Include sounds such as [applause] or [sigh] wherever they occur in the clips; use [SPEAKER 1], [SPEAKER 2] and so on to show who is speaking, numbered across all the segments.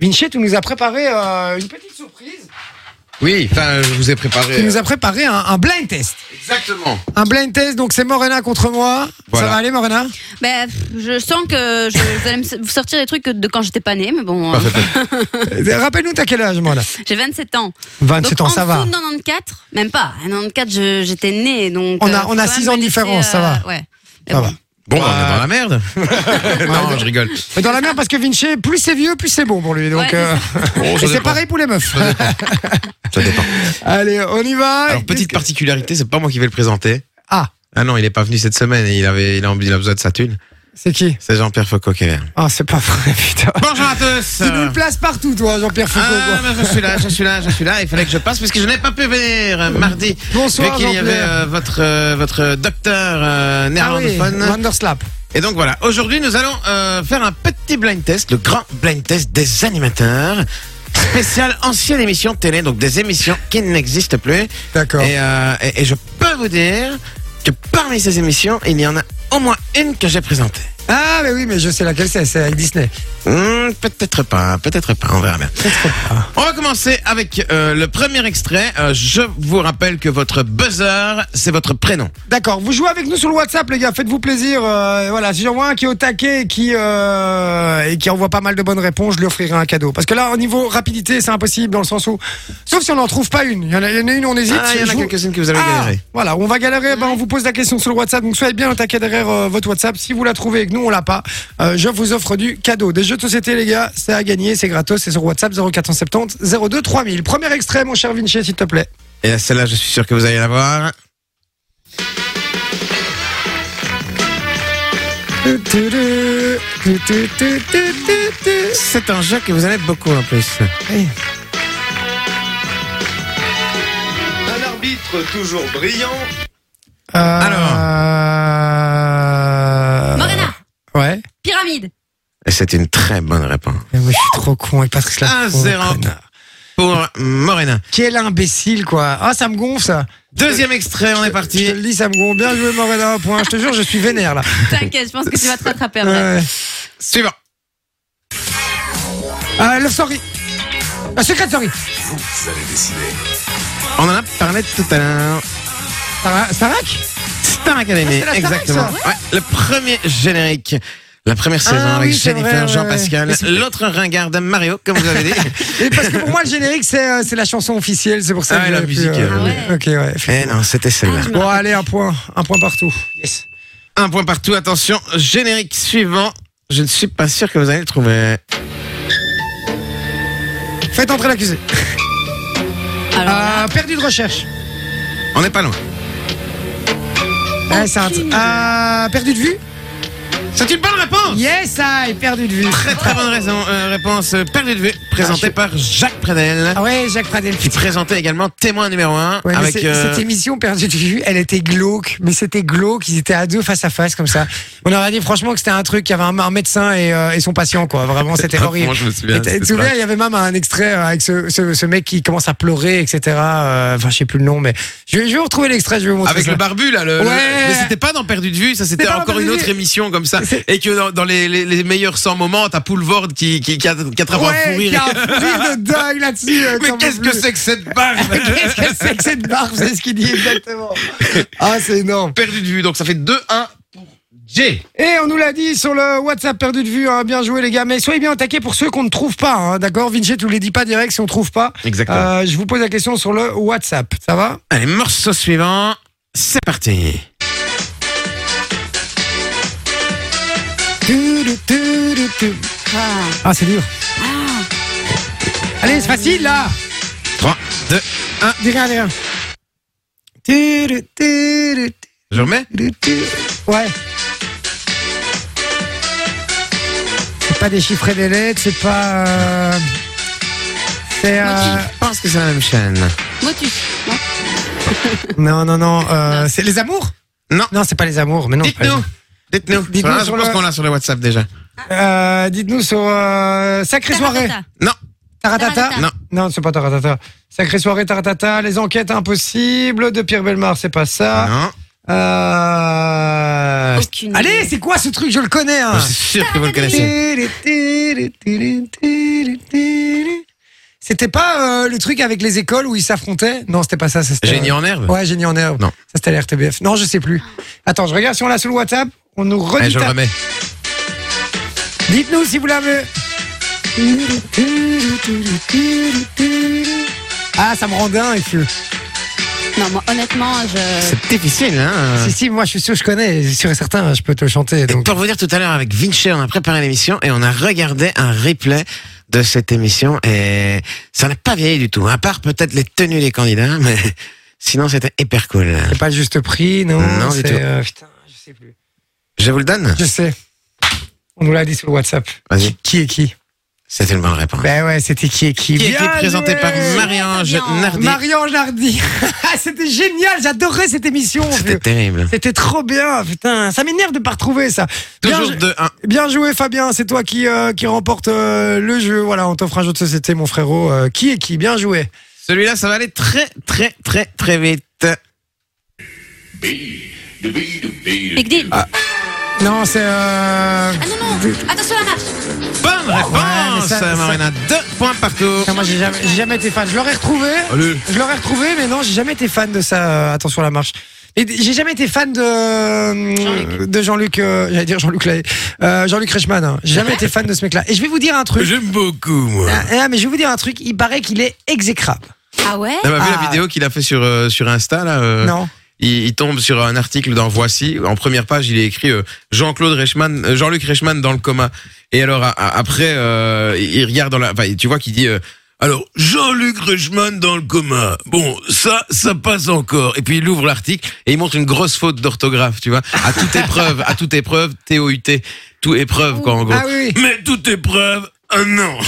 [SPEAKER 1] Vinci, tu nous as préparé euh, une petite surprise.
[SPEAKER 2] Oui, enfin, je vous ai préparé.
[SPEAKER 1] Tu nous
[SPEAKER 2] euh,
[SPEAKER 1] as préparé un, un blind test.
[SPEAKER 2] Exactement.
[SPEAKER 1] Un blind test, donc c'est Morena contre moi.
[SPEAKER 2] Voilà.
[SPEAKER 1] Ça va aller,
[SPEAKER 2] [laughs]
[SPEAKER 1] Morena
[SPEAKER 3] Ben, pff, je sens que je, vous allez me s- vous sortir des trucs de quand j'étais pas née, mais bon, euh,
[SPEAKER 1] Euh, Rappelle-nous, t'as quel âge, Morena
[SPEAKER 3] j'ai 27 ans.
[SPEAKER 1] 27
[SPEAKER 3] Donc,
[SPEAKER 1] ans, ça
[SPEAKER 3] en
[SPEAKER 1] va.
[SPEAKER 3] dessous de 94, même pas. À 94, je- j'étais née, donc.
[SPEAKER 1] On a-
[SPEAKER 3] euh,
[SPEAKER 1] on a
[SPEAKER 3] faut
[SPEAKER 1] six
[SPEAKER 3] quand
[SPEAKER 1] ans
[SPEAKER 3] même
[SPEAKER 1] de
[SPEAKER 3] me laisser, euh,
[SPEAKER 1] différence, ça va.
[SPEAKER 3] Ouais.
[SPEAKER 1] Ça
[SPEAKER 3] Mais Eh bon.
[SPEAKER 1] va.
[SPEAKER 2] Bon, bah, on est dans la [laughs] merde. non, je rigole.
[SPEAKER 1] Mais dans la mer, parce que Vinci, plus c'est vieux, plus c'est bon pour lui. Donc,
[SPEAKER 3] Ouais, [laughs]
[SPEAKER 1] euh,
[SPEAKER 2] Bon, ça
[SPEAKER 1] et c'est
[SPEAKER 2] dépend.
[SPEAKER 1] pareil pour les meufs.
[SPEAKER 2] Ça dépend.
[SPEAKER 1] [laughs] Allez, on y va.
[SPEAKER 2] Alors, petite
[SPEAKER 1] Qu'est-ce
[SPEAKER 2] particularité, c'est pas moi qui vais le présenter.
[SPEAKER 1] que- Ah,
[SPEAKER 2] Ah non, il est pas venu cette semaine et il avait, il a, il a besoin de sa thune.
[SPEAKER 1] c'est qui
[SPEAKER 2] C'est Jean-Pierre Foucault-Keller.
[SPEAKER 1] Ah, c'est pas vrai, [laughs] putain.
[SPEAKER 2] Bonjour à tous.
[SPEAKER 1] Tu nous le places partout, toi, Jean-Pierre Foucault. quoi.
[SPEAKER 2] Ah, mais je suis là, je suis là, je suis là. Il fallait que je passe parce que je n'ai pas pu venir euh, mardi.
[SPEAKER 1] Bonsoir,
[SPEAKER 2] Vu qu'il y avait
[SPEAKER 1] Jean-Pierre.
[SPEAKER 2] euh, votre euh, votre docteur euh,
[SPEAKER 1] Ah oui,
[SPEAKER 2] néerlandophone.
[SPEAKER 1] Wanderslap.
[SPEAKER 2] Et donc voilà, aujourd'hui nous allons euh, faire un petit blind test, le grand blind test des animateurs. [laughs] Spécial ancienne émission de télé, donc des émissions qui n'existent plus.
[SPEAKER 1] D'accord.
[SPEAKER 2] Et, euh, et- et je peux vous dire que parmi ces émissions, il y en a au moins une que j'ai présentée.
[SPEAKER 1] Ah, mais oui, mais je sais laquelle c'est, c'est avec Disney.
[SPEAKER 2] Hmm, peut-être pas, peut-être pas, on verra bien. On va commencer avec euh, le premier extrait. Euh, je vous rappelle que votre buzzer, c'est votre prénom.
[SPEAKER 1] D'accord, vous jouez avec nous sur le WhatsApp, les gars, faites-vous plaisir. Euh, voilà, si j'en vois un qui est au taquet et qui, euh, et qui envoie pas mal de bonnes réponses, je lui offrirai un cadeau. Parce que là, au niveau rapidité, c'est impossible dans le sens où. Sauf si on n'en trouve pas une. Il y en a, il y en a une, on hésite.
[SPEAKER 2] Ah, il y en a
[SPEAKER 1] Je vous-
[SPEAKER 2] quelques-unes que vous avez
[SPEAKER 1] Ah,
[SPEAKER 2] galéré.
[SPEAKER 1] Voilà, on va galérer. Ben, on vous pose la question sur le WhatsApp. Donc soyez bien au taquet derrière euh, votre WhatsApp. Si vous la trouvez et que nous on l'a pas, euh, je vous offre du cadeau. Des jeux de société, les gars, c'est à gagner, c'est gratos, c'est sur WhatsApp 0470 02 3000. Premier extrait, mon cher Vinci, s'il te plaît.
[SPEAKER 2] Et celle-là, je suis sûr que vous allez la voir. C'est un jeu que vous allez beaucoup en plus.
[SPEAKER 4] Un arbitre toujours brillant.
[SPEAKER 1] Alors.
[SPEAKER 3] Morena,
[SPEAKER 1] Ouais.
[SPEAKER 3] pyramide.
[SPEAKER 2] Et c'est une très bonne réponse.
[SPEAKER 1] Mais moi, je suis trop con avec Patrick
[SPEAKER 2] Ah,
[SPEAKER 1] Lafont,
[SPEAKER 2] 1-0
[SPEAKER 1] connard.
[SPEAKER 2] pour Morena.
[SPEAKER 1] Quel imbécile, quoi. Ah, ça me gonfle, ça.
[SPEAKER 2] Deuxième extrait, on est
[SPEAKER 1] Je te
[SPEAKER 2] parti.
[SPEAKER 1] le dis, ça me gonfle. Bien joué, Morena. Point. Je te jure, je suis vénère, là. Euh,
[SPEAKER 3] T'inquiète, je pense que tu vas te rattraper après.
[SPEAKER 1] [laughs] Ouais.
[SPEAKER 2] Suivant.
[SPEAKER 1] Ah, Love Story. Ah, Secret Story.
[SPEAKER 2] On en a parlé tout à l'heure.
[SPEAKER 1] Star- Starak
[SPEAKER 2] Star Academy,
[SPEAKER 1] Ah, c'est la Starac,
[SPEAKER 2] exactement.
[SPEAKER 1] ça,
[SPEAKER 2] Ouais, le premier générique. La première saison
[SPEAKER 1] Ah
[SPEAKER 2] avec
[SPEAKER 1] oui, c'est vrai,
[SPEAKER 2] Jennifer,
[SPEAKER 1] ouais,
[SPEAKER 2] Jean-Pascal,
[SPEAKER 1] ouais. Mais c'est-
[SPEAKER 2] l'autre ringard de Mario, comme vous avez dit.
[SPEAKER 1] Et parce que pour moi, le générique, c'est euh, c'est la chanson officielle. C'est pour ça
[SPEAKER 2] Ah,
[SPEAKER 1] que
[SPEAKER 2] la
[SPEAKER 1] j'avais pu,
[SPEAKER 2] musique,
[SPEAKER 1] euh,
[SPEAKER 3] Ah ouais.
[SPEAKER 1] Ok, ouais.
[SPEAKER 2] [laughs] Eh non, c'était celle-là.
[SPEAKER 1] Bon, allez, un point. Un point partout. Yes.
[SPEAKER 2] Un point partout, attention, générique suivant. Je ne suis pas sûr que vous allez le trouver.
[SPEAKER 1] Faites entrer l'accusé.
[SPEAKER 3] Alors là,
[SPEAKER 1] Ah, perdu de recherche.
[SPEAKER 2] On n'est pas loin.
[SPEAKER 1] Ah, c'est un tr- Ah, perdu de vue
[SPEAKER 2] C'est une bonne réponse
[SPEAKER 1] Yes, I, perdu de vue.
[SPEAKER 2] Très très bonne raison, euh, réponse euh, perdue de vue, présentée
[SPEAKER 1] Ah, je-
[SPEAKER 2] par Jacques Pradel,
[SPEAKER 1] Ah ouais, Jacques Pradel.
[SPEAKER 2] qui présentait également témoin numéro 1
[SPEAKER 1] Ouais, mais
[SPEAKER 2] avec...
[SPEAKER 1] c'est-
[SPEAKER 2] euh,
[SPEAKER 1] Cette émission perdue de vue, elle était glauque, mais c'était glauque. Ils étaient à deux face à face comme ça. On aurait dit franchement que c'était un truc. Il y avait un, un médecin et, euh, et son patient quoi.
[SPEAKER 2] [laughs]
[SPEAKER 1] Vraiment, c'était horrible.
[SPEAKER 2] Franchement, je me souviens,
[SPEAKER 1] Et t-
[SPEAKER 2] c'était
[SPEAKER 1] Tu te souviens,
[SPEAKER 2] trash.
[SPEAKER 1] il y avait même un extrait euh, avec ce, ce, ce mec qui commence à pleurer, etc. Euh, Enfin, je sais plus le nom, mais je vais, je vais vous retrouver l'extrait. Je vais vous montrer.
[SPEAKER 2] Avec
[SPEAKER 1] ça.
[SPEAKER 2] le barbu là, le, le-
[SPEAKER 1] Ouais.
[SPEAKER 2] mais c'était pas dans Perdu de vue, ça c'était
[SPEAKER 1] pas dans
[SPEAKER 2] encore
[SPEAKER 1] Perdu
[SPEAKER 2] une
[SPEAKER 1] de
[SPEAKER 2] autre
[SPEAKER 1] vue.
[SPEAKER 2] émission comme ça. Et que dans, dans les, les, les meilleurs 100 moments, t'as Poulvord qui, qui, qui, a- qui attrape un
[SPEAKER 1] Ouais,
[SPEAKER 2] fou
[SPEAKER 1] il y a
[SPEAKER 2] [laughs] rire.
[SPEAKER 1] un fou rire de dingue
[SPEAKER 2] [laughs]
[SPEAKER 1] là-dessus. euh,
[SPEAKER 2] Mais
[SPEAKER 1] t'en
[SPEAKER 2] qu'est-ce
[SPEAKER 1] peux
[SPEAKER 2] que
[SPEAKER 1] plus.
[SPEAKER 2] c'est que cette
[SPEAKER 1] [laughs]
[SPEAKER 2] barbe
[SPEAKER 1] Qu'est-ce que c'est que cette barbe C'est ce qu'il dit exactement. Ah, c'est énorme.
[SPEAKER 2] Perdu de vue, donc ça fait 2-1 pour J.
[SPEAKER 1] Et on nous l'a dit sur le WhatsApp perdu de vue, hein, bien joué les gars, mais soyez bien au taquet pour ceux qu'on ne trouve pas, hein, d'accord Vinci, tu ne les dis pas direct si on trouve pas.
[SPEAKER 2] Exactement.
[SPEAKER 1] Euh, je vous pose la question sur le WhatsApp, ça va
[SPEAKER 2] Allez, morceau suivant, c'est parti.
[SPEAKER 1] Tu, tu, tu, tu, tu.
[SPEAKER 3] quoi
[SPEAKER 1] Ah, c'est dur. Allez, c'est facile là
[SPEAKER 2] 3, 2, 1,
[SPEAKER 1] Dis rien, dis rien. Tu, tu, tu,
[SPEAKER 2] je remets.
[SPEAKER 1] tu, tu. Ouais. C'est pas déchiffrer des lettres, c'est pas... euh, C'est... euh,
[SPEAKER 2] Je pense que c'est la même chaîne.
[SPEAKER 3] Motus. Non.
[SPEAKER 1] Non, non, non. euh, c'est les amours
[SPEAKER 2] Non.
[SPEAKER 1] Non, c'est pas les amours, mais non. c'est pas les
[SPEAKER 2] Dites-nous.
[SPEAKER 1] amours.
[SPEAKER 2] Dites-nous.
[SPEAKER 1] Dites-nous
[SPEAKER 2] Voilà, je
[SPEAKER 1] sur
[SPEAKER 2] pense
[SPEAKER 1] le-
[SPEAKER 2] qu'on l'a sur le WhatsApp déjà.
[SPEAKER 1] Euh, Dites-nous sur euh, Sacrée Soirée.
[SPEAKER 3] Taratata.
[SPEAKER 2] Non,
[SPEAKER 1] Taratata
[SPEAKER 3] Taratata.
[SPEAKER 2] non.
[SPEAKER 1] Non, c'est pas Taratata. Sacrée Soirée, Taratata. Les enquêtes impossibles de Pierre Belmar, c'est pas ça.
[SPEAKER 2] Ah. Non.
[SPEAKER 1] Euh...
[SPEAKER 3] Aucune
[SPEAKER 1] Allez,
[SPEAKER 3] idée.
[SPEAKER 2] Ah.
[SPEAKER 1] c'est quoi ce truc Je le connais. hein.
[SPEAKER 2] Euh, Je suis sûr que vous le connaissez.
[SPEAKER 1] Tiri, tiri, tiri, tiri, tiri, C'était pas euh, le truc avec les écoles où ils s'affrontaient Non, c'était pas ça. ça c'était- euh,
[SPEAKER 2] Génie en herbe
[SPEAKER 1] Ouais, génie en herbe.
[SPEAKER 2] Non.
[SPEAKER 1] Ça c'était la RTBF. Non, je sais plus. Attends, je regarde si on l'a sur le WhatsApp. On nous redit.
[SPEAKER 2] Eh, Je le
[SPEAKER 1] ta-
[SPEAKER 2] remets.
[SPEAKER 1] Dites-nous si vous l'avez. Ah, ça me rend dingue, Feu.
[SPEAKER 3] Non, moi, honnêtement, je.
[SPEAKER 2] C'est difficile, hein
[SPEAKER 1] Si, si, moi, je suis sûr, je connais. Je suis sûr et certain, je peux te le chanter.
[SPEAKER 2] Et
[SPEAKER 1] Donc.
[SPEAKER 2] pour vous dire tout à l'heure, avec Vinci, on a préparé l'émission et on a regardé un replay de cette émission et ça n'a pas vieilli du tout, à part peut-être les tenues des candidats, mais [laughs] sinon c'était hyper cool.
[SPEAKER 1] C'est pas le juste prix, non
[SPEAKER 2] Non, du
[SPEAKER 1] c'est,
[SPEAKER 2] tout.
[SPEAKER 1] euh, putain, je sais plus.
[SPEAKER 2] Je vous le donne
[SPEAKER 1] Je sais. On nous l'a dit sur le WhatsApp.
[SPEAKER 2] Vas-y,
[SPEAKER 1] Qui est qui
[SPEAKER 2] c'était une bonne réponse.
[SPEAKER 1] Ben ouais, c'était qui est qui
[SPEAKER 2] Qui était
[SPEAKER 1] Bien
[SPEAKER 2] présenté
[SPEAKER 1] joué
[SPEAKER 2] par Marie-Ange
[SPEAKER 3] Bien.
[SPEAKER 2] Nardi.
[SPEAKER 1] Marie-Ange [laughs] Nardi. c'était génial, j'adorais cette émission.
[SPEAKER 2] C'était
[SPEAKER 1] vieux.
[SPEAKER 2] terrible.
[SPEAKER 1] C'était trop bien, putain. Ça m'énerve de pas retrouver ça. Bien
[SPEAKER 2] Toujours
[SPEAKER 1] jou-
[SPEAKER 2] 2-1.
[SPEAKER 1] Bien joué Fabien, c'est toi qui, euh, qui remporte euh, le jeu. Voilà, on t'offre un jeu de société mon frérot. Euh, qui est qui Bien joué.
[SPEAKER 2] Celui-là, ça va aller très, très, très, très vite.
[SPEAKER 3] Big deal. Ah,
[SPEAKER 1] Non, c'est... Euh...
[SPEAKER 3] non, non, attention à la marche.
[SPEAKER 2] Bonne réponse,
[SPEAKER 1] mais ça-
[SPEAKER 2] Marina. Deux points partout.
[SPEAKER 1] putain, moi j'ai jamais, j'ai jamais été fan. Je l'aurais retrouvé.
[SPEAKER 2] Allez.
[SPEAKER 1] Je l'aurais retrouvé, mais non, j'ai jamais été fan de ça. euh, attention à la marche. Et d- j'ai jamais été fan de euh, de Jean-Luc. euh, J'allais dire Jean-Luc Lahaye. euh, Jean-Luc Reichmann. hein. J'ai jamais été fan de ce mec-là. Et je vais vous dire un truc.
[SPEAKER 2] J'aime beaucoup, moi.
[SPEAKER 1] Ah, ah, mais je vais vous dire un truc. Il paraît qu'il est exécrable.
[SPEAKER 3] Ah ouais
[SPEAKER 2] T'as pas vu
[SPEAKER 1] Ah.
[SPEAKER 2] la vidéo qu'il a fait sur, euh, sur Insta, là euh,
[SPEAKER 1] Non.
[SPEAKER 2] Il, il tombe sur un article dans Voici. En première page, il est écrit euh, Jean-Claude Reichmann, euh, Jean-Luc Reichmann dans le coma. Et alors a- a- après, euh, il il regarde dans la. Enfin, tu vois qu'il dit. euh, alors, Jean-Luc Reichmann dans le coma. Bon, ça, ça passe encore. Et puis, il ouvre l'article et il montre une grosse faute d'orthographe, tu vois. À toute épreuve, à toute épreuve, T-O-U-T. Tout épreuve, quoi, en gros.
[SPEAKER 1] Ah oui. oui.
[SPEAKER 2] Mais toute épreuve, un an.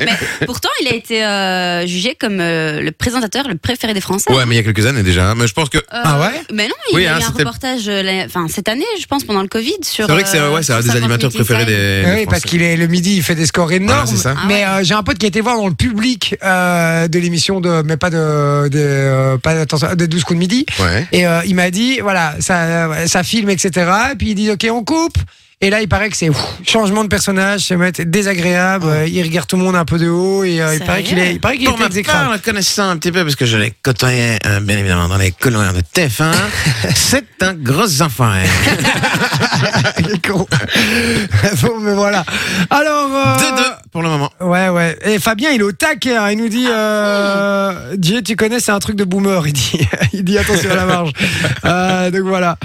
[SPEAKER 3] Mais pourtant, il a été euh, jugé comme euh, le présentateur le préféré des
[SPEAKER 2] [laughs]
[SPEAKER 3] Français.
[SPEAKER 2] ouais, mais il y a quelques années déjà. hein. Mais je pense que
[SPEAKER 3] Euh,
[SPEAKER 1] Ah ouais
[SPEAKER 3] Mais non, il
[SPEAKER 2] Oui,
[SPEAKER 3] y a
[SPEAKER 2] hein,
[SPEAKER 3] eu un
[SPEAKER 2] c'était-
[SPEAKER 3] reportage euh, la- enfin, cette année, je pense, pendant le Covid. euh,
[SPEAKER 2] C'est vrai que c'est ouais, c'est un des animateurs préférés des.
[SPEAKER 1] Ah
[SPEAKER 2] des
[SPEAKER 1] oui, parce
[SPEAKER 2] Eh, Français.
[SPEAKER 1] qu'il est le midi, il fait des scores énormes.
[SPEAKER 2] Voilà, c'est ça.
[SPEAKER 3] Ah
[SPEAKER 1] mais
[SPEAKER 3] ouais.
[SPEAKER 1] euh, j'ai un pote qui a été voir dans le public euh, de l'émission de, mais pas de, de euh, pas attention, de 12 coups de midi.
[SPEAKER 2] Ouais.
[SPEAKER 1] Et euh, il m'a dit, voilà, ça, euh, ça filme, etc. Et puis il dit, ok, on coupe. Et là, il paraît que c'est ouf, changement de personnage, c'est mettre désagréable. euh, il regarde tout le monde un peu de haut et euh, il
[SPEAKER 3] Sérieux
[SPEAKER 1] paraît qu'il est, il paraît qu'il
[SPEAKER 2] Pour
[SPEAKER 1] est
[SPEAKER 2] ma part,
[SPEAKER 1] exécrable.
[SPEAKER 2] le connaissant un petit peu, parce que je l'ai côtoyé, euh, bien évidemment, dans les couloirs de
[SPEAKER 1] [laughs]
[SPEAKER 2] TF1, c'est un gros enfant. hein.
[SPEAKER 1] Il est con. [laughs] bon, mais voilà. Alors. euh,
[SPEAKER 2] 2-2 pour le moment.
[SPEAKER 1] Ouais, ouais. Et Fabien, il est au taquet. hein. Il nous dit euh, Jay, tu connais, c'est un truc de boomer. Il dit, [laughs] il dit attention à la marge. Euh, donc voilà.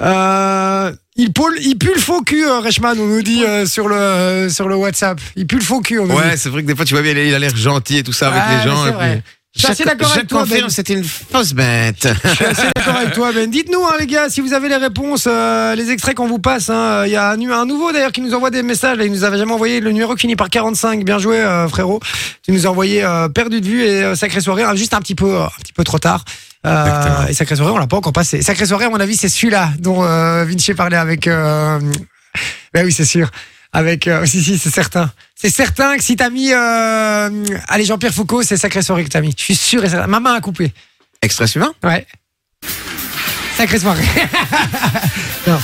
[SPEAKER 1] Euh, il, pôle- il pue le faux cul, euh, Reichmann, on nous dit euh, sur, le, euh, sur le WhatsApp. Il pue le faux cul, on nous
[SPEAKER 2] Ouais,
[SPEAKER 1] dit.
[SPEAKER 2] c'est vrai que des fois, tu vois bien, il a l'air gentil et tout ça avec
[SPEAKER 1] Ah,
[SPEAKER 2] les gens.
[SPEAKER 1] mais
[SPEAKER 2] et
[SPEAKER 1] c'est vrai.
[SPEAKER 2] puis-
[SPEAKER 1] Je suis assez d'accord
[SPEAKER 2] je
[SPEAKER 1] avec toi,
[SPEAKER 2] confirme,
[SPEAKER 1] Ben.
[SPEAKER 2] c'est une fausse bête.
[SPEAKER 1] Je suis assez d'accord avec toi, Ben. Dites-nous, hein, les gars, si vous avez les réponses, euh, les extraits qu'on vous passe. hein. Il y a un, nu- un nouveau, d'ailleurs, qui nous envoie des messages. Là, il nous avait jamais envoyé le numéro qui finit par 45. Bien joué, euh, frérot. Tu nous as envoyé euh, perdu de vue et euh, sacrée soirée. Ah, juste un petit peu, euh, un petit peu trop tard. Euh,
[SPEAKER 2] Exactement.
[SPEAKER 1] et sacrée soirée, on l'a pas encore passé. Sacrée soirée, à mon avis, c'est celui-là dont euh, Vinci parlait avec. euh, [laughs] Ben oui, c'est sûr. Avec, euh, [laughs] si, si, c'est certain. C'est certain que si t'as mis, euh, allez, Jean-Pierre Foucault, c'est sacrée soirée que t'as mis. Je suis sûr et certain. Ma main a coupé.
[SPEAKER 2] Extrait suivant.
[SPEAKER 1] Ouais. Sacrée soirée. [laughs] non.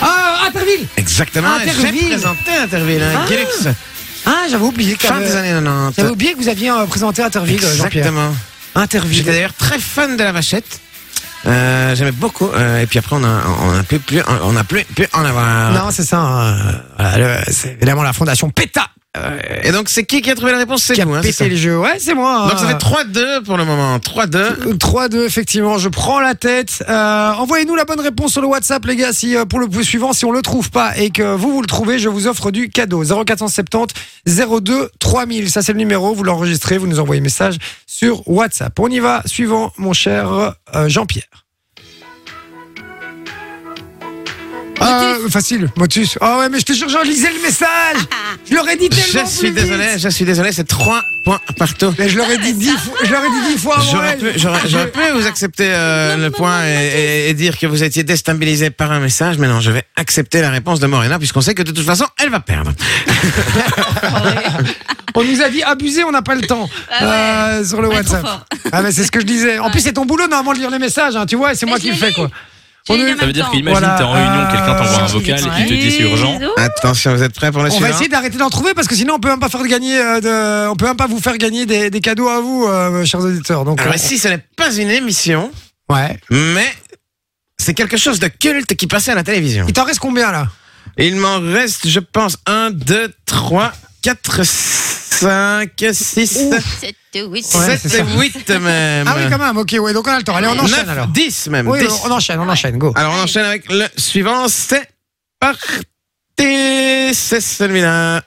[SPEAKER 1] Ah, Interville
[SPEAKER 2] Exactement.
[SPEAKER 1] Interville.
[SPEAKER 2] J'ai présenté Interville. hein,
[SPEAKER 1] Ah.
[SPEAKER 2] Gilux.
[SPEAKER 1] Ah, j'avais oublié que
[SPEAKER 2] Fin des
[SPEAKER 1] t'avais-
[SPEAKER 2] années 90.
[SPEAKER 1] J'avais oublié que vous aviez euh, présenté Interville, euh, Jean-Pierre.
[SPEAKER 2] Exactement. J'étais
[SPEAKER 1] Interville.
[SPEAKER 2] d'ailleurs très fan de la vachette. Euh, J'aimais beaucoup. euh, et puis après, on a, on a plus, plus, on a plus, plus en avoir.
[SPEAKER 1] Non, c'est ça. hein, euh, voilà, le- c'est évidemment la fondation PETA
[SPEAKER 2] Euh, et donc, c'est qui qui a trouvé la réponse C'est
[SPEAKER 1] qui a
[SPEAKER 2] vous. Hein, c'est ça.
[SPEAKER 1] pété le jeu. Ouais, c'est moi.
[SPEAKER 2] donc, ça
[SPEAKER 1] hein.
[SPEAKER 2] fait 3-2 pour le moment. 3-2.
[SPEAKER 1] 3-2, effectivement, je prends la tête. Euh, Envoyez-nous la bonne réponse sur le WhatsApp, les gars, si euh, pour le plus suivant, si on le trouve pas et que vous, vous le trouvez, je vous offre du cadeau. 0470 02 3000. Ça, c'est le numéro. Vous l'enregistrez, vous nous envoyez message sur WhatsApp. On y va. Suivant, mon cher euh, Jean-Pierre. Ah, facile, Motus. Ah ouais, mais je te jure, je lisais le message. Je l'aurais dit tellement
[SPEAKER 2] Ah, Je suis
[SPEAKER 1] plus vite.
[SPEAKER 2] désolé, Ah, je suis désolé. C'est 3 points partout.
[SPEAKER 1] Mais je l'aurais dit dix fois. Je l'aurais dit dix fois. avant
[SPEAKER 2] J'aurais
[SPEAKER 1] elle.
[SPEAKER 2] pu, j'aurais- j'aurais pu vous accepter euh,
[SPEAKER 3] Non,
[SPEAKER 2] le
[SPEAKER 3] non,
[SPEAKER 2] point
[SPEAKER 3] non,
[SPEAKER 2] et, et- et dire que vous étiez déstabilisé par un message, mais non, je vais accepter la réponse de Morena puisqu'on sait que de toute façon, elle va perdre.
[SPEAKER 1] Oh. On nous a dit abuser, on n'a pas le temps
[SPEAKER 3] Ah ouais.
[SPEAKER 1] euh, sur le
[SPEAKER 3] Ouais, trop
[SPEAKER 1] WhatsApp.
[SPEAKER 3] fort.
[SPEAKER 1] Ah mais c'est ce que je disais. En plus c'est ton boulot normalement de lire les messages, hein, tu vois, et c'est
[SPEAKER 3] Mais
[SPEAKER 1] moi
[SPEAKER 3] je
[SPEAKER 1] qui le
[SPEAKER 3] les
[SPEAKER 1] fais
[SPEAKER 3] lis.
[SPEAKER 1] quoi.
[SPEAKER 3] J'ai
[SPEAKER 1] On
[SPEAKER 3] eu
[SPEAKER 1] est-
[SPEAKER 3] les mêmes
[SPEAKER 5] Ça veut dire
[SPEAKER 3] temps.
[SPEAKER 5] qu'imagine,
[SPEAKER 1] Voilà.
[SPEAKER 5] t'es en réunion, quelqu'un t'envoie un
[SPEAKER 1] Ah,
[SPEAKER 5] vocal,
[SPEAKER 1] putain.
[SPEAKER 5] il te dit c'est urgent.
[SPEAKER 3] Bisous.
[SPEAKER 2] Attention, vous êtes prêts pour la
[SPEAKER 1] On va
[SPEAKER 2] suivante
[SPEAKER 1] essayer d'arrêter d'en trouver parce que sinon on peut même pas faire gagner euh, de, on peut même pas vous faire gagner des, des cadeaux à vous, euh, chers auditeurs. Donc
[SPEAKER 2] Alors
[SPEAKER 1] euh,
[SPEAKER 2] ici, ce n'est pas une émission,
[SPEAKER 1] ouais.
[SPEAKER 2] mais c'est quelque chose de culte qui passait à la télévision.
[SPEAKER 1] Il t'en reste combien là
[SPEAKER 2] Il m'en reste, je pense, 1, 2, 3, 4, 5, 6,
[SPEAKER 3] Sept, huit,
[SPEAKER 1] Ouais, c'est
[SPEAKER 2] 7
[SPEAKER 1] ça.
[SPEAKER 2] et
[SPEAKER 1] [laughs]
[SPEAKER 2] 8 même.
[SPEAKER 5] euh,
[SPEAKER 1] Ah oui, quand même. Ok, ouais. Donc on a le temps. Allez, on enchaîne
[SPEAKER 2] 9,
[SPEAKER 1] alors.
[SPEAKER 2] 10 même.
[SPEAKER 1] Oui,
[SPEAKER 2] 10.
[SPEAKER 1] on enchaîne, on enchaîne.
[SPEAKER 3] Ah.
[SPEAKER 1] Go.
[SPEAKER 2] Alors on enchaîne avec le suivant, c'est parti, c'est celui-là.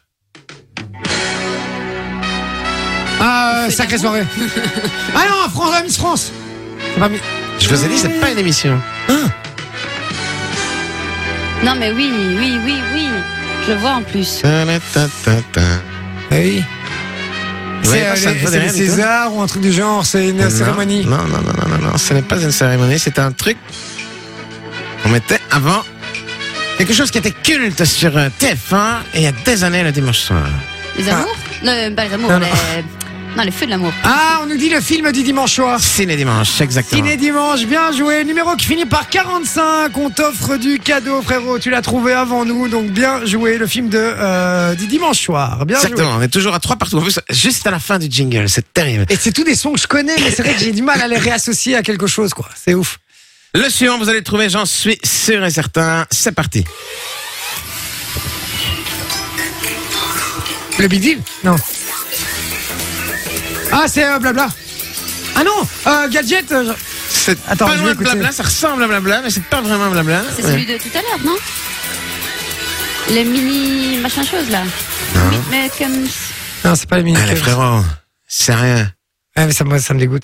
[SPEAKER 1] Ah, euh,
[SPEAKER 3] On fait
[SPEAKER 1] sacrée
[SPEAKER 3] la
[SPEAKER 1] soirée. ah non, France, ah, Miss France. C'est pas Miss-
[SPEAKER 2] Je vous ai dit, c'est pas une émission.
[SPEAKER 3] Non, mais oui, oui, oui, oui. Je le vois en plus.
[SPEAKER 2] Ta la ta ta ta.
[SPEAKER 1] Eh Oui.
[SPEAKER 2] Ouais,
[SPEAKER 1] C'est euh,
[SPEAKER 2] ça ne
[SPEAKER 1] les,
[SPEAKER 2] vous dit
[SPEAKER 1] c'est
[SPEAKER 2] rien
[SPEAKER 1] les
[SPEAKER 2] du tout
[SPEAKER 1] Césars ou un truc du genre. C'est une euh,
[SPEAKER 2] Non,
[SPEAKER 1] cérémonie.
[SPEAKER 2] Non, non, non, non, non, non, ce n'est pas une cérémonie, c'est un truc qu'on mettait avant. Quelque chose qui était culte sur euh, TF1 et il y a des années le dimanche soir.
[SPEAKER 3] Les
[SPEAKER 1] Ah.
[SPEAKER 3] amours Non, euh, pas les amours,
[SPEAKER 1] Non, non.
[SPEAKER 3] les. Non, les feux de l'amour.
[SPEAKER 1] Ah, on nous dit le film du dimanche soir.
[SPEAKER 2] Ciné dimanche, exactement.
[SPEAKER 1] Ciné dimanche, bien joué. Numéro qui finit par 45. On t'offre du cadeau, frérot. Tu l'as trouvé avant nous, donc bien joué. Le film de euh, du dimanche soir. Bien joué.
[SPEAKER 2] Exactement, on est toujours à trois partout. En plus, juste à la fin du jingle, c'est terrible.
[SPEAKER 1] Et c'est tous des sons que je connais, mais c'est vrai que j'ai du mal à les réassocier à quelque chose, quoi. C'est ouf.
[SPEAKER 2] Le suivant, vous allez le trouver, j'en suis sûr et certain. C'est parti.
[SPEAKER 1] Le Big Deal Non. Ah, c'est euh, blabla. Ah non, euh, gadget. euh, je-
[SPEAKER 2] C'est
[SPEAKER 1] Attends,
[SPEAKER 2] pas
[SPEAKER 1] je vais
[SPEAKER 2] loin de
[SPEAKER 1] écouter.
[SPEAKER 2] blabla, ça ressemble à blabla, mais c'est pas vraiment blabla.
[SPEAKER 3] C'est
[SPEAKER 2] Ouais.
[SPEAKER 3] celui de tout à l'heure, non Les mini machin chose là.
[SPEAKER 2] Ah.
[SPEAKER 3] Mi- Mais comme.
[SPEAKER 1] Non, c'est pas les mini.
[SPEAKER 2] Allez, frérot, c'est rien.
[SPEAKER 1] Ouais, Ah, mais ça, me- ça me dégoûte.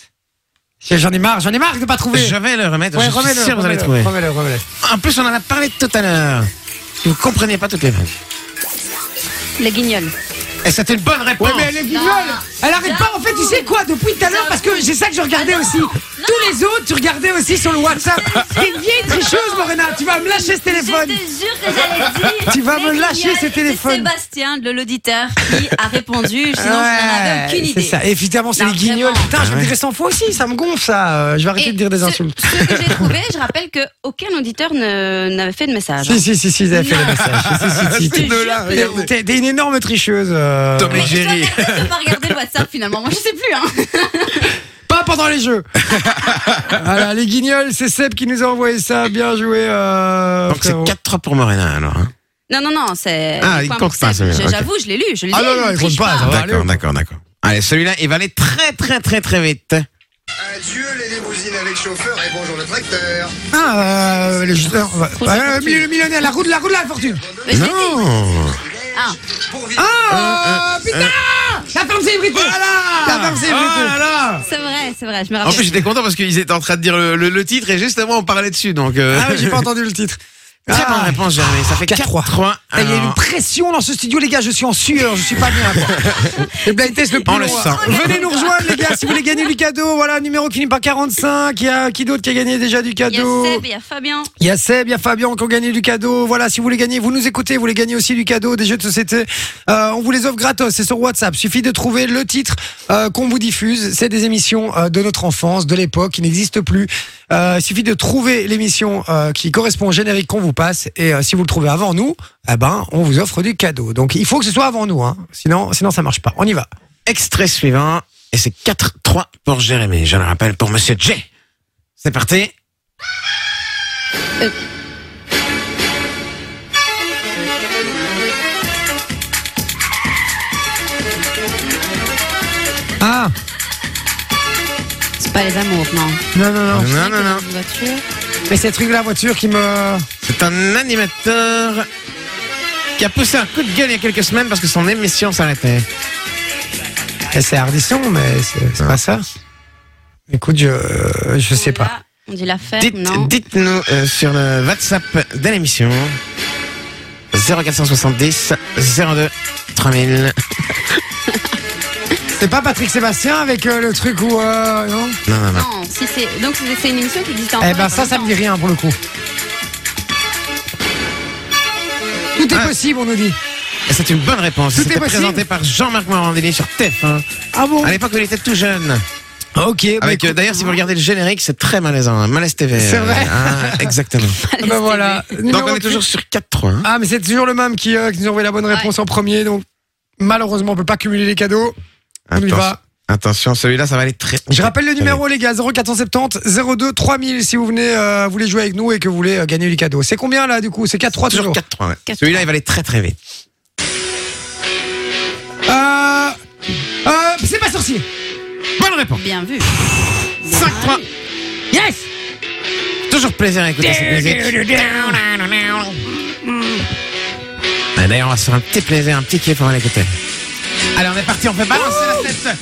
[SPEAKER 1] J'en ai marre, j'en ai marre de pas trouver.
[SPEAKER 2] Je vais le remettre,
[SPEAKER 1] Ouais,
[SPEAKER 2] je suis
[SPEAKER 1] remets-le,
[SPEAKER 2] sûr que vous allez
[SPEAKER 1] remets-le,
[SPEAKER 2] trouver.
[SPEAKER 1] remets-le, remets-le.
[SPEAKER 2] En plus, on en a parlé tout à l'heure. Vous ne compreniez pas toutes les vannes.
[SPEAKER 3] Les guignols.
[SPEAKER 2] Et c'était une bonne réponse.
[SPEAKER 1] Ouais, mais elle est guignole
[SPEAKER 3] Non.
[SPEAKER 1] Elle arrête pas En fait, tu sais quoi Depuis tout à l'heure, parce que c'est ça que je
[SPEAKER 3] Ah
[SPEAKER 1] regardais aussi. Tous les autres, tu regardais aussi sur le WhatsApp. C'est une vieille tricheuse, Morena Tu vas me lâcher ce téléphone
[SPEAKER 3] Je te jure que j'allais
[SPEAKER 1] [laughs]
[SPEAKER 3] dire.
[SPEAKER 1] Tu vas
[SPEAKER 3] les
[SPEAKER 1] me lâcher
[SPEAKER 3] guignols,
[SPEAKER 1] ces
[SPEAKER 3] et
[SPEAKER 1] téléphones.
[SPEAKER 3] C'est Sébastien, de l'auditeur, qui a
[SPEAKER 1] [laughs]
[SPEAKER 3] répondu. Sinon, je n'en
[SPEAKER 1] Ouais,
[SPEAKER 3] avais aucune
[SPEAKER 1] C'est
[SPEAKER 3] idée.
[SPEAKER 1] ça, évidemment, c'est
[SPEAKER 3] Non,
[SPEAKER 1] les guignols.
[SPEAKER 3] vraiment.
[SPEAKER 1] Putain, je vais
[SPEAKER 2] Ah
[SPEAKER 1] me
[SPEAKER 2] ouais.
[SPEAKER 1] dirais 100 fois aussi, ça me gonfle ça. Euh, Je vais arrêter
[SPEAKER 3] Et
[SPEAKER 1] de dire des
[SPEAKER 3] ce-
[SPEAKER 1] insultes.
[SPEAKER 3] Ce, que j'ai
[SPEAKER 1] [laughs]
[SPEAKER 3] trouvé, je rappelle que aucun auditeur ne- n'avait fait de message.
[SPEAKER 1] Si, si, si, si, ils avaient fait
[SPEAKER 3] Ah Non.
[SPEAKER 1] le message.
[SPEAKER 2] [laughs]
[SPEAKER 1] Si, si, si, si.
[SPEAKER 3] deux-là,
[SPEAKER 1] T'es- T'es t'es une énorme tricheuse. euh,
[SPEAKER 2] Tom et
[SPEAKER 3] Mais je dois
[SPEAKER 2] Jerry.
[SPEAKER 3] peut-être ne pas regarder le WhatsApp finalement. Moi, je sais plus. Hein.
[SPEAKER 1] Pas pendant les jeux. [laughs] voilà, les guignols, c'est Seb qui nous a envoyé ça. Bien joué. euh,
[SPEAKER 2] Donc c'est
[SPEAKER 1] frérot.
[SPEAKER 2] 4-3 pour Morena alors. hein.
[SPEAKER 3] Non, non, non, c'est.
[SPEAKER 2] Ah,
[SPEAKER 3] le
[SPEAKER 2] il
[SPEAKER 3] point
[SPEAKER 2] compte
[SPEAKER 3] pour
[SPEAKER 2] pas,
[SPEAKER 3] Seb.
[SPEAKER 2] celui-là,
[SPEAKER 3] Je-
[SPEAKER 2] ok.
[SPEAKER 3] J'avoue, je l'ai lu. Je l'ai
[SPEAKER 1] Ah
[SPEAKER 3] lu,
[SPEAKER 1] non, non, il
[SPEAKER 3] triche
[SPEAKER 1] compte pas, ça va. allez,
[SPEAKER 2] D'accord,
[SPEAKER 1] on-
[SPEAKER 2] d'accord, d'accord. Allez, celui-là, il va aller très, très, très, très vite.
[SPEAKER 4] Adieu les limousines avec chauffeur et bonjour le tracteur.
[SPEAKER 1] Ah, euh, les joueurs. bah,
[SPEAKER 3] de la
[SPEAKER 1] euh,
[SPEAKER 3] fortune.
[SPEAKER 1] le millionnaire, la roue de la roue de la fortune.
[SPEAKER 3] Mais je l'ai dit.
[SPEAKER 2] Non
[SPEAKER 3] Ah.
[SPEAKER 4] Pour vivre
[SPEAKER 1] Ah, putain La femme célébrité La femme célébrité
[SPEAKER 3] C'est vrai, c'est vrai, je me
[SPEAKER 2] En
[SPEAKER 1] Ah,
[SPEAKER 3] rappelle.
[SPEAKER 2] plus, j'étais content parce qu'ils étaient en train de dire le, le- le titre et justement, on parlait dessus. Donc, euh,
[SPEAKER 1] Ah, ouais, j'ai pas entendu le titre.
[SPEAKER 2] Très bonne
[SPEAKER 1] Ah.
[SPEAKER 2] réponse, Germain. Ça fait
[SPEAKER 1] 4-3.
[SPEAKER 2] 4-3.
[SPEAKER 1] Ah, Il y a
[SPEAKER 2] Alors,
[SPEAKER 1] une pression dans ce studio, les gars. Je suis en sueur, je suis pas bien. [laughs] quoi. le blind test le plus
[SPEAKER 2] On le
[SPEAKER 1] long.
[SPEAKER 2] sent.
[SPEAKER 1] Venez nous rejoindre, les gars, si vous voulez gagner du cadeau. Voilà, numéro qui n'est pas 45. Il y a qui d'autre qui a gagné déjà du
[SPEAKER 3] il y a
[SPEAKER 1] cadeau
[SPEAKER 3] Seb, il y a Fabien.
[SPEAKER 1] Il y a Seb, il y a Fabien qui ont gagné du cadeau. Voilà, si vous voulez gagner, vous nous écoutez, vous voulez gagner aussi du cadeau, des jeux de société. Euh, on vous les offre gratos, c'est sur WhatsApp. Suffit de trouver le titre euh, qu'on vous diffuse. C'est des émissions euh, de notre enfance, de l'époque, qui n'existent plus. Euh, il suffit de trouver l'émission euh, qui correspond au générique qu'on vous passe. Et euh, si vous le trouvez avant nous, eh ben, on vous offre du cadeau. Donc il faut que ce soit avant nous, hein. sinon, sinon ça marche pas. On y va.
[SPEAKER 2] extrait suivant. Et c'est 4-3 pour Jérémy. Je le rappelle pour Monsieur J. C'est parti.
[SPEAKER 1] Ah,
[SPEAKER 3] C'est pas les amours, non.
[SPEAKER 1] non, non, non.
[SPEAKER 2] Non, non, non.
[SPEAKER 3] Une voiture.
[SPEAKER 1] Mais c'est le truc de la voiture qui me.
[SPEAKER 2] C'est un animateur qui a poussé un coup de gueule il y a quelques semaines parce que son émission s'arrêtait.
[SPEAKER 1] Eh, C'est Ardisson, mais c'est c'est pas ça. Écoute, je, euh, je sais pas.
[SPEAKER 3] Là, On dit la ferme,
[SPEAKER 2] Dites-
[SPEAKER 3] non
[SPEAKER 2] Dites-nous euh, sur le WhatsApp de l'émission 0470 02 3000.
[SPEAKER 1] C'est pas Patrick Sébastien avec euh, le truc où. euh, non
[SPEAKER 2] Non, non, non.
[SPEAKER 3] Non, si c'est. Donc, c'est c'est une émission qui existe encore.
[SPEAKER 1] Eh ben, ça, ça me dit rien pour le coup. Tout est
[SPEAKER 2] Ah.
[SPEAKER 1] possible, on nous dit.
[SPEAKER 2] Et C'est une bonne réponse.
[SPEAKER 1] Tout est
[SPEAKER 2] C'était
[SPEAKER 1] possible.
[SPEAKER 2] présenté par Jean-Marc Morandini sur TF1.
[SPEAKER 1] Ah bon
[SPEAKER 2] À l'époque où il était tout jeune.
[SPEAKER 1] Ok, bah
[SPEAKER 2] Avec, euh,
[SPEAKER 1] écoute,
[SPEAKER 2] d'ailleurs, si vous regardez le générique, c'est très malaisant. hein. Malaise TV.
[SPEAKER 1] C'est
[SPEAKER 2] euh,
[SPEAKER 1] vrai [laughs]
[SPEAKER 2] hein, exactement.
[SPEAKER 3] [laughs]
[SPEAKER 1] bah voilà.
[SPEAKER 2] Donc
[SPEAKER 1] Numéro
[SPEAKER 2] on est toujours sur 4-3. hein.
[SPEAKER 1] Ah, mais c'est toujours le même qui, euh, qui nous envoie la bonne réponse en premier. Donc, malheureusement, on peut pas cumuler les cadeaux. On y
[SPEAKER 2] Attention.
[SPEAKER 1] va.
[SPEAKER 2] Attention, celui-là, ça va aller très.
[SPEAKER 1] Je rappelle le numéro, les gars 0470 02 3000 si vous venez euh, voulez jouer avec nous et que vous voulez euh, gagner les cadeaux. C'est combien là du coup C'est 4-3
[SPEAKER 2] Toujours
[SPEAKER 1] toujours
[SPEAKER 2] 4-3. ouais.
[SPEAKER 3] 4-3.
[SPEAKER 2] Celui-là, il va aller très très vite.
[SPEAKER 1] Euh, euh, C'est pas sorcier
[SPEAKER 2] Bonne réponse.
[SPEAKER 3] Bien vu.
[SPEAKER 2] 5-3.
[SPEAKER 1] Yes
[SPEAKER 2] Toujours plaisir à écouter cette musique. Et D'ailleurs, on va se faire un petit plaisir, un petit kiff avant l'écouter. Allez, on est parti, on fait balancer la tête.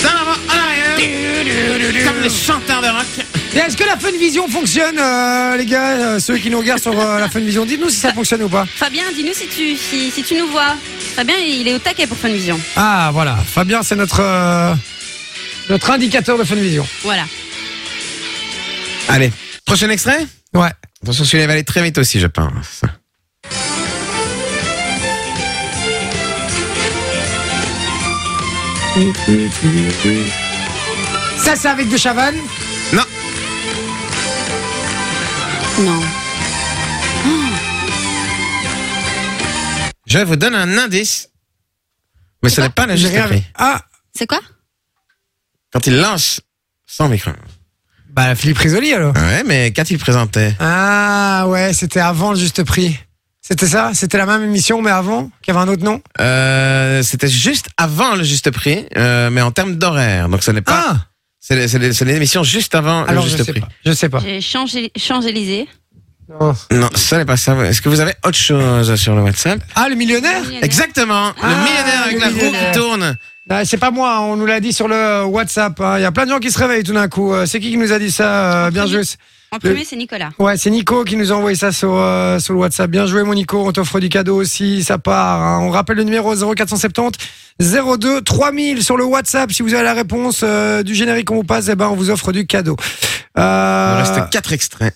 [SPEAKER 2] D'un avant en arrière. Comme les chanteurs de rock.
[SPEAKER 1] Et Est-ce que la Funvision fonctionne euh, les gars euh, Ceux qui nous regardent sur euh, la Funvision, dites-nous si ça fonctionne ou pas.
[SPEAKER 3] Fabien, dis-nous si tu, si, si tu nous vois. Fabien, il est au taquet pour Funvision.
[SPEAKER 1] Ah voilà, Fabien c'est notre euh, notre indicateur de Funvision.
[SPEAKER 3] Voilà.
[SPEAKER 2] Allez, prochain extrait
[SPEAKER 1] Ouais.
[SPEAKER 2] Attention, celui-là, il va aller très vite aussi, je pense.
[SPEAKER 1] Ça c'est avec De Chavannes.
[SPEAKER 2] Non,
[SPEAKER 3] Non.
[SPEAKER 2] je vous donne un indice. Mais ce n'est pas la
[SPEAKER 1] J'ai
[SPEAKER 2] juste
[SPEAKER 1] rien-
[SPEAKER 2] appris.
[SPEAKER 1] Ah
[SPEAKER 3] C'est quoi
[SPEAKER 2] Quand il lance sans micro.
[SPEAKER 1] bah Philippe Risoli alors.
[SPEAKER 2] Ouais, mais quand il présentait
[SPEAKER 1] Ah ouais, c'était avant le juste prix. C'était ça C'était la même émission, mais avant, qui avait un autre nom
[SPEAKER 2] euh, C'était juste avant le juste prix, euh, mais en termes d'horaire. Donc ce n'est pas.
[SPEAKER 1] Ah
[SPEAKER 2] C'est le- c'est le- c'est l'émission juste avant
[SPEAKER 1] Alors
[SPEAKER 2] le
[SPEAKER 1] je
[SPEAKER 2] juste
[SPEAKER 1] sais
[SPEAKER 2] prix.
[SPEAKER 1] pas. Je sais pas.
[SPEAKER 3] J'ai changé, changé l'Élysée.
[SPEAKER 1] Non.
[SPEAKER 2] Non, ce n'est pas ça. Est-ce que vous avez autre chose sur le WhatsApp
[SPEAKER 1] Ah, le millionnaire
[SPEAKER 2] Exactement. le
[SPEAKER 1] Ah,
[SPEAKER 2] millionnaire avec
[SPEAKER 1] le
[SPEAKER 2] la roue
[SPEAKER 1] millionnaire.
[SPEAKER 2] qui tourne.
[SPEAKER 1] Ah, C'est pas moi, on nous l'a dit sur le WhatsApp. hein. Il y a plein de gens qui se réveillent tout d'un coup. Euh, C'est qui qui nous a dit ça euh, Bien joué.
[SPEAKER 3] En premier, c'est Nicolas.
[SPEAKER 1] Ouais, c'est Nico qui nous a envoyé ça sur, euh, sur le WhatsApp. Bien joué, mon Nico. On t'offre du cadeau aussi, ça part. hein. On rappelle le numéro 0470 02 3000 sur le WhatsApp. Si vous avez la réponse euh, du générique qu'on vous passe, eh ben, on vous offre du cadeau.
[SPEAKER 2] Il
[SPEAKER 1] Euh,
[SPEAKER 2] reste quatre extraits.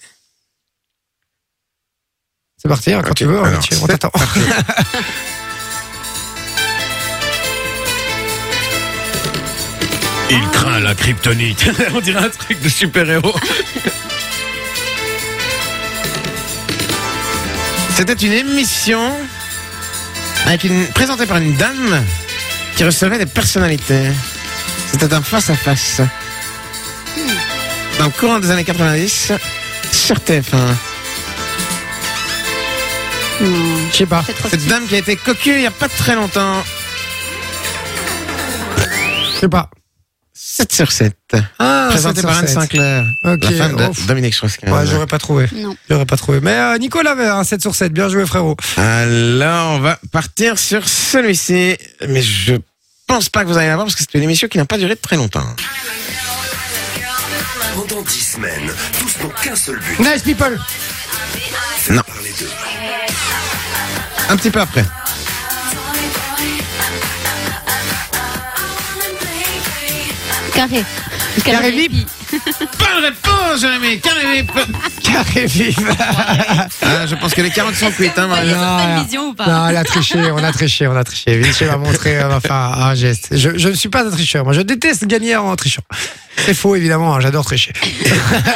[SPEAKER 1] C'est parti, hein, quand
[SPEAKER 2] Ok,
[SPEAKER 1] tu veux, on
[SPEAKER 2] alors,
[SPEAKER 1] est chill, on t'attend.
[SPEAKER 2] Il craint la kryptonite. [laughs] On dirait un truc de super-héros. C'était une émission avec une, présentée par une dame qui recevait des personnalités. C'était un face-à-face. Dans le courant des années 90, sur TF1.
[SPEAKER 1] Je sais pas.
[SPEAKER 3] C'est trop
[SPEAKER 2] Cette dame qui a été cocu il n'y a pas très longtemps.
[SPEAKER 1] Je sais pas.
[SPEAKER 2] 7 sur 7.
[SPEAKER 1] Ah,
[SPEAKER 2] Présentée par Anne
[SPEAKER 1] 7.
[SPEAKER 2] Sinclair.
[SPEAKER 1] Ok,
[SPEAKER 2] la femme de
[SPEAKER 1] ouf.
[SPEAKER 2] Dominique Strauss-Kahn.
[SPEAKER 1] Ouais, j'aurais pas trouvé.
[SPEAKER 3] Non.
[SPEAKER 1] J'aurais pas trouvé. Mais euh, Nico l'avait, un 7 sur 7. Bien joué, frérot.
[SPEAKER 2] Alors, on va partir sur celui-ci. Mais je pense pas que vous allez l'avoir parce que c'était une émission qui n'a pas duré très longtemps.
[SPEAKER 4] Pendant 10 semaines, tous n'ont qu'un seul but,
[SPEAKER 1] Nice people.
[SPEAKER 4] parler d'eux.
[SPEAKER 2] Un petit peu après.
[SPEAKER 3] Carré.
[SPEAKER 1] Carré VIP.
[SPEAKER 2] Bonne réponse, Jérémy Carré vip.
[SPEAKER 1] Carré vive.
[SPEAKER 2] Ah, Je pense que les carottes sont cuites. Hein,
[SPEAKER 3] Ah,
[SPEAKER 2] Marie.
[SPEAKER 3] il y a certaines
[SPEAKER 1] non.
[SPEAKER 3] visions ou
[SPEAKER 1] Oh Non,
[SPEAKER 3] pas
[SPEAKER 1] elle a triché, on a triché, on a triché. Vinci m'a montré, euh, m'a fait un un geste. Je, je ne suis pas un tricheur. Moi, je déteste gagner en trichant. C'est faux, évidemment. hein, J'adore tricher. [laughs]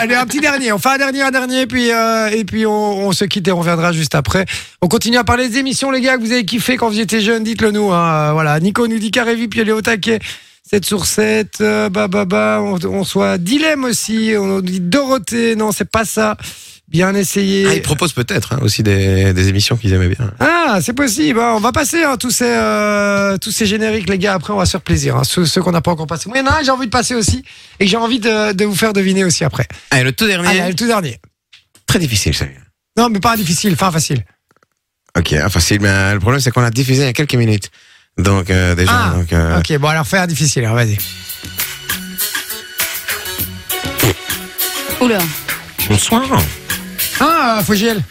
[SPEAKER 1] Allez, un petit dernier. On fait un dernier, un dernier, puis euh, et puis on, on se quitte et on reviendra juste après. On continue à parler des émissions, les gars, que vous avez kiffé quand vous étiez jeunes. Dites-le nous. hein. Euh, Voilà. Nico nous dit carré VIP, puis elle est au taquet. 7 sur 7, euh, bah, bah, bah, on, on soit dilemme aussi, on nous dit Dorothée, non, c'est pas ça. Bien essayé.
[SPEAKER 2] Ah, ils proposent peut-être hein, aussi des, des émissions qu'ils aimaient bien.
[SPEAKER 1] Ah, c'est possible. hein. On va passer hein, tous, ces, euh, tous ces génériques, les gars. Après, on va se faire plaisir. hein. Ceux, ceux qu'on n'a pas encore passés. Moi, il y en a un que j'ai envie de passer aussi. Et que j'ai envie de, de vous faire deviner aussi après.
[SPEAKER 2] Allez, Ah, le tout dernier.
[SPEAKER 1] Allez, le tout dernier.
[SPEAKER 2] Très difficile, celui-là.
[SPEAKER 1] Non, mais pas difficile, enfin facile.
[SPEAKER 2] Ok, ah, facile. Mais le problème, c'est qu'on l'a diffusé il y a quelques minutes. Donc, euh, déjà.
[SPEAKER 1] Ah,
[SPEAKER 2] donc, euh,
[SPEAKER 1] Ok, bon, alors faire difficile, alors vas-y.
[SPEAKER 3] Oula.
[SPEAKER 2] Bonsoir.
[SPEAKER 1] Ah, euh, Fogiel.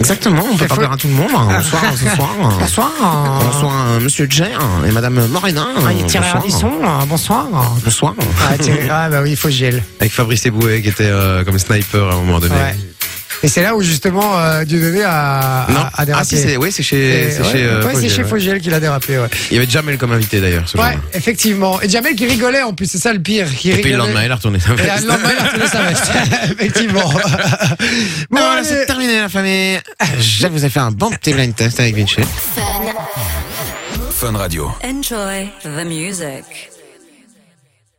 [SPEAKER 2] Exactement, on
[SPEAKER 1] C'est
[SPEAKER 2] peut
[SPEAKER 1] faux.
[SPEAKER 2] parler à tout le monde. hein. Bonsoir, Ah. bonsoir.
[SPEAKER 1] Bonsoir.
[SPEAKER 2] Bonsoir, euh, monsieur Jer et madame Morena.
[SPEAKER 1] Ah, il tire un
[SPEAKER 2] Bonsoir.
[SPEAKER 1] Ardisson, hein, bonsoir.
[SPEAKER 2] Bonsoir.
[SPEAKER 1] Ah, Thierry- ah, bah oui, Fogiel.
[SPEAKER 2] Avec Fabrice Eboué qui était euh, comme sniper à un moment donné.
[SPEAKER 1] Ouais. Et c'est là où justement euh, Dieudonné a,
[SPEAKER 2] Non.
[SPEAKER 1] a, a
[SPEAKER 2] ah
[SPEAKER 1] dérapé.
[SPEAKER 2] si, c'est oui, c'est
[SPEAKER 1] Et-
[SPEAKER 2] chez, c'est
[SPEAKER 1] ouais,
[SPEAKER 2] chez, euh,
[SPEAKER 1] ouais, c'est
[SPEAKER 2] Fogiel,
[SPEAKER 1] chez
[SPEAKER 2] ouais.
[SPEAKER 1] Fogiel qu'il a dérapé, ouais.
[SPEAKER 2] Il y avait Jamel comme invité d'ailleurs. ce
[SPEAKER 1] Ouais,
[SPEAKER 2] jour-là.
[SPEAKER 1] effectivement. Et Jamel qui rigolait en plus, c'est ça le pire. Qui
[SPEAKER 2] Et
[SPEAKER 1] rigolait.
[SPEAKER 2] puis le lendemain, il a retourné sa
[SPEAKER 1] Et là,
[SPEAKER 2] veste.
[SPEAKER 1] le
[SPEAKER 2] [laughs]
[SPEAKER 1] lendemain, il a retourné sa veste. effectivement. Bon, allez.
[SPEAKER 2] terminé la famille. Ah, Je vous ai fait un bon petit blind test avec Vinci.
[SPEAKER 5] Enjoy the music.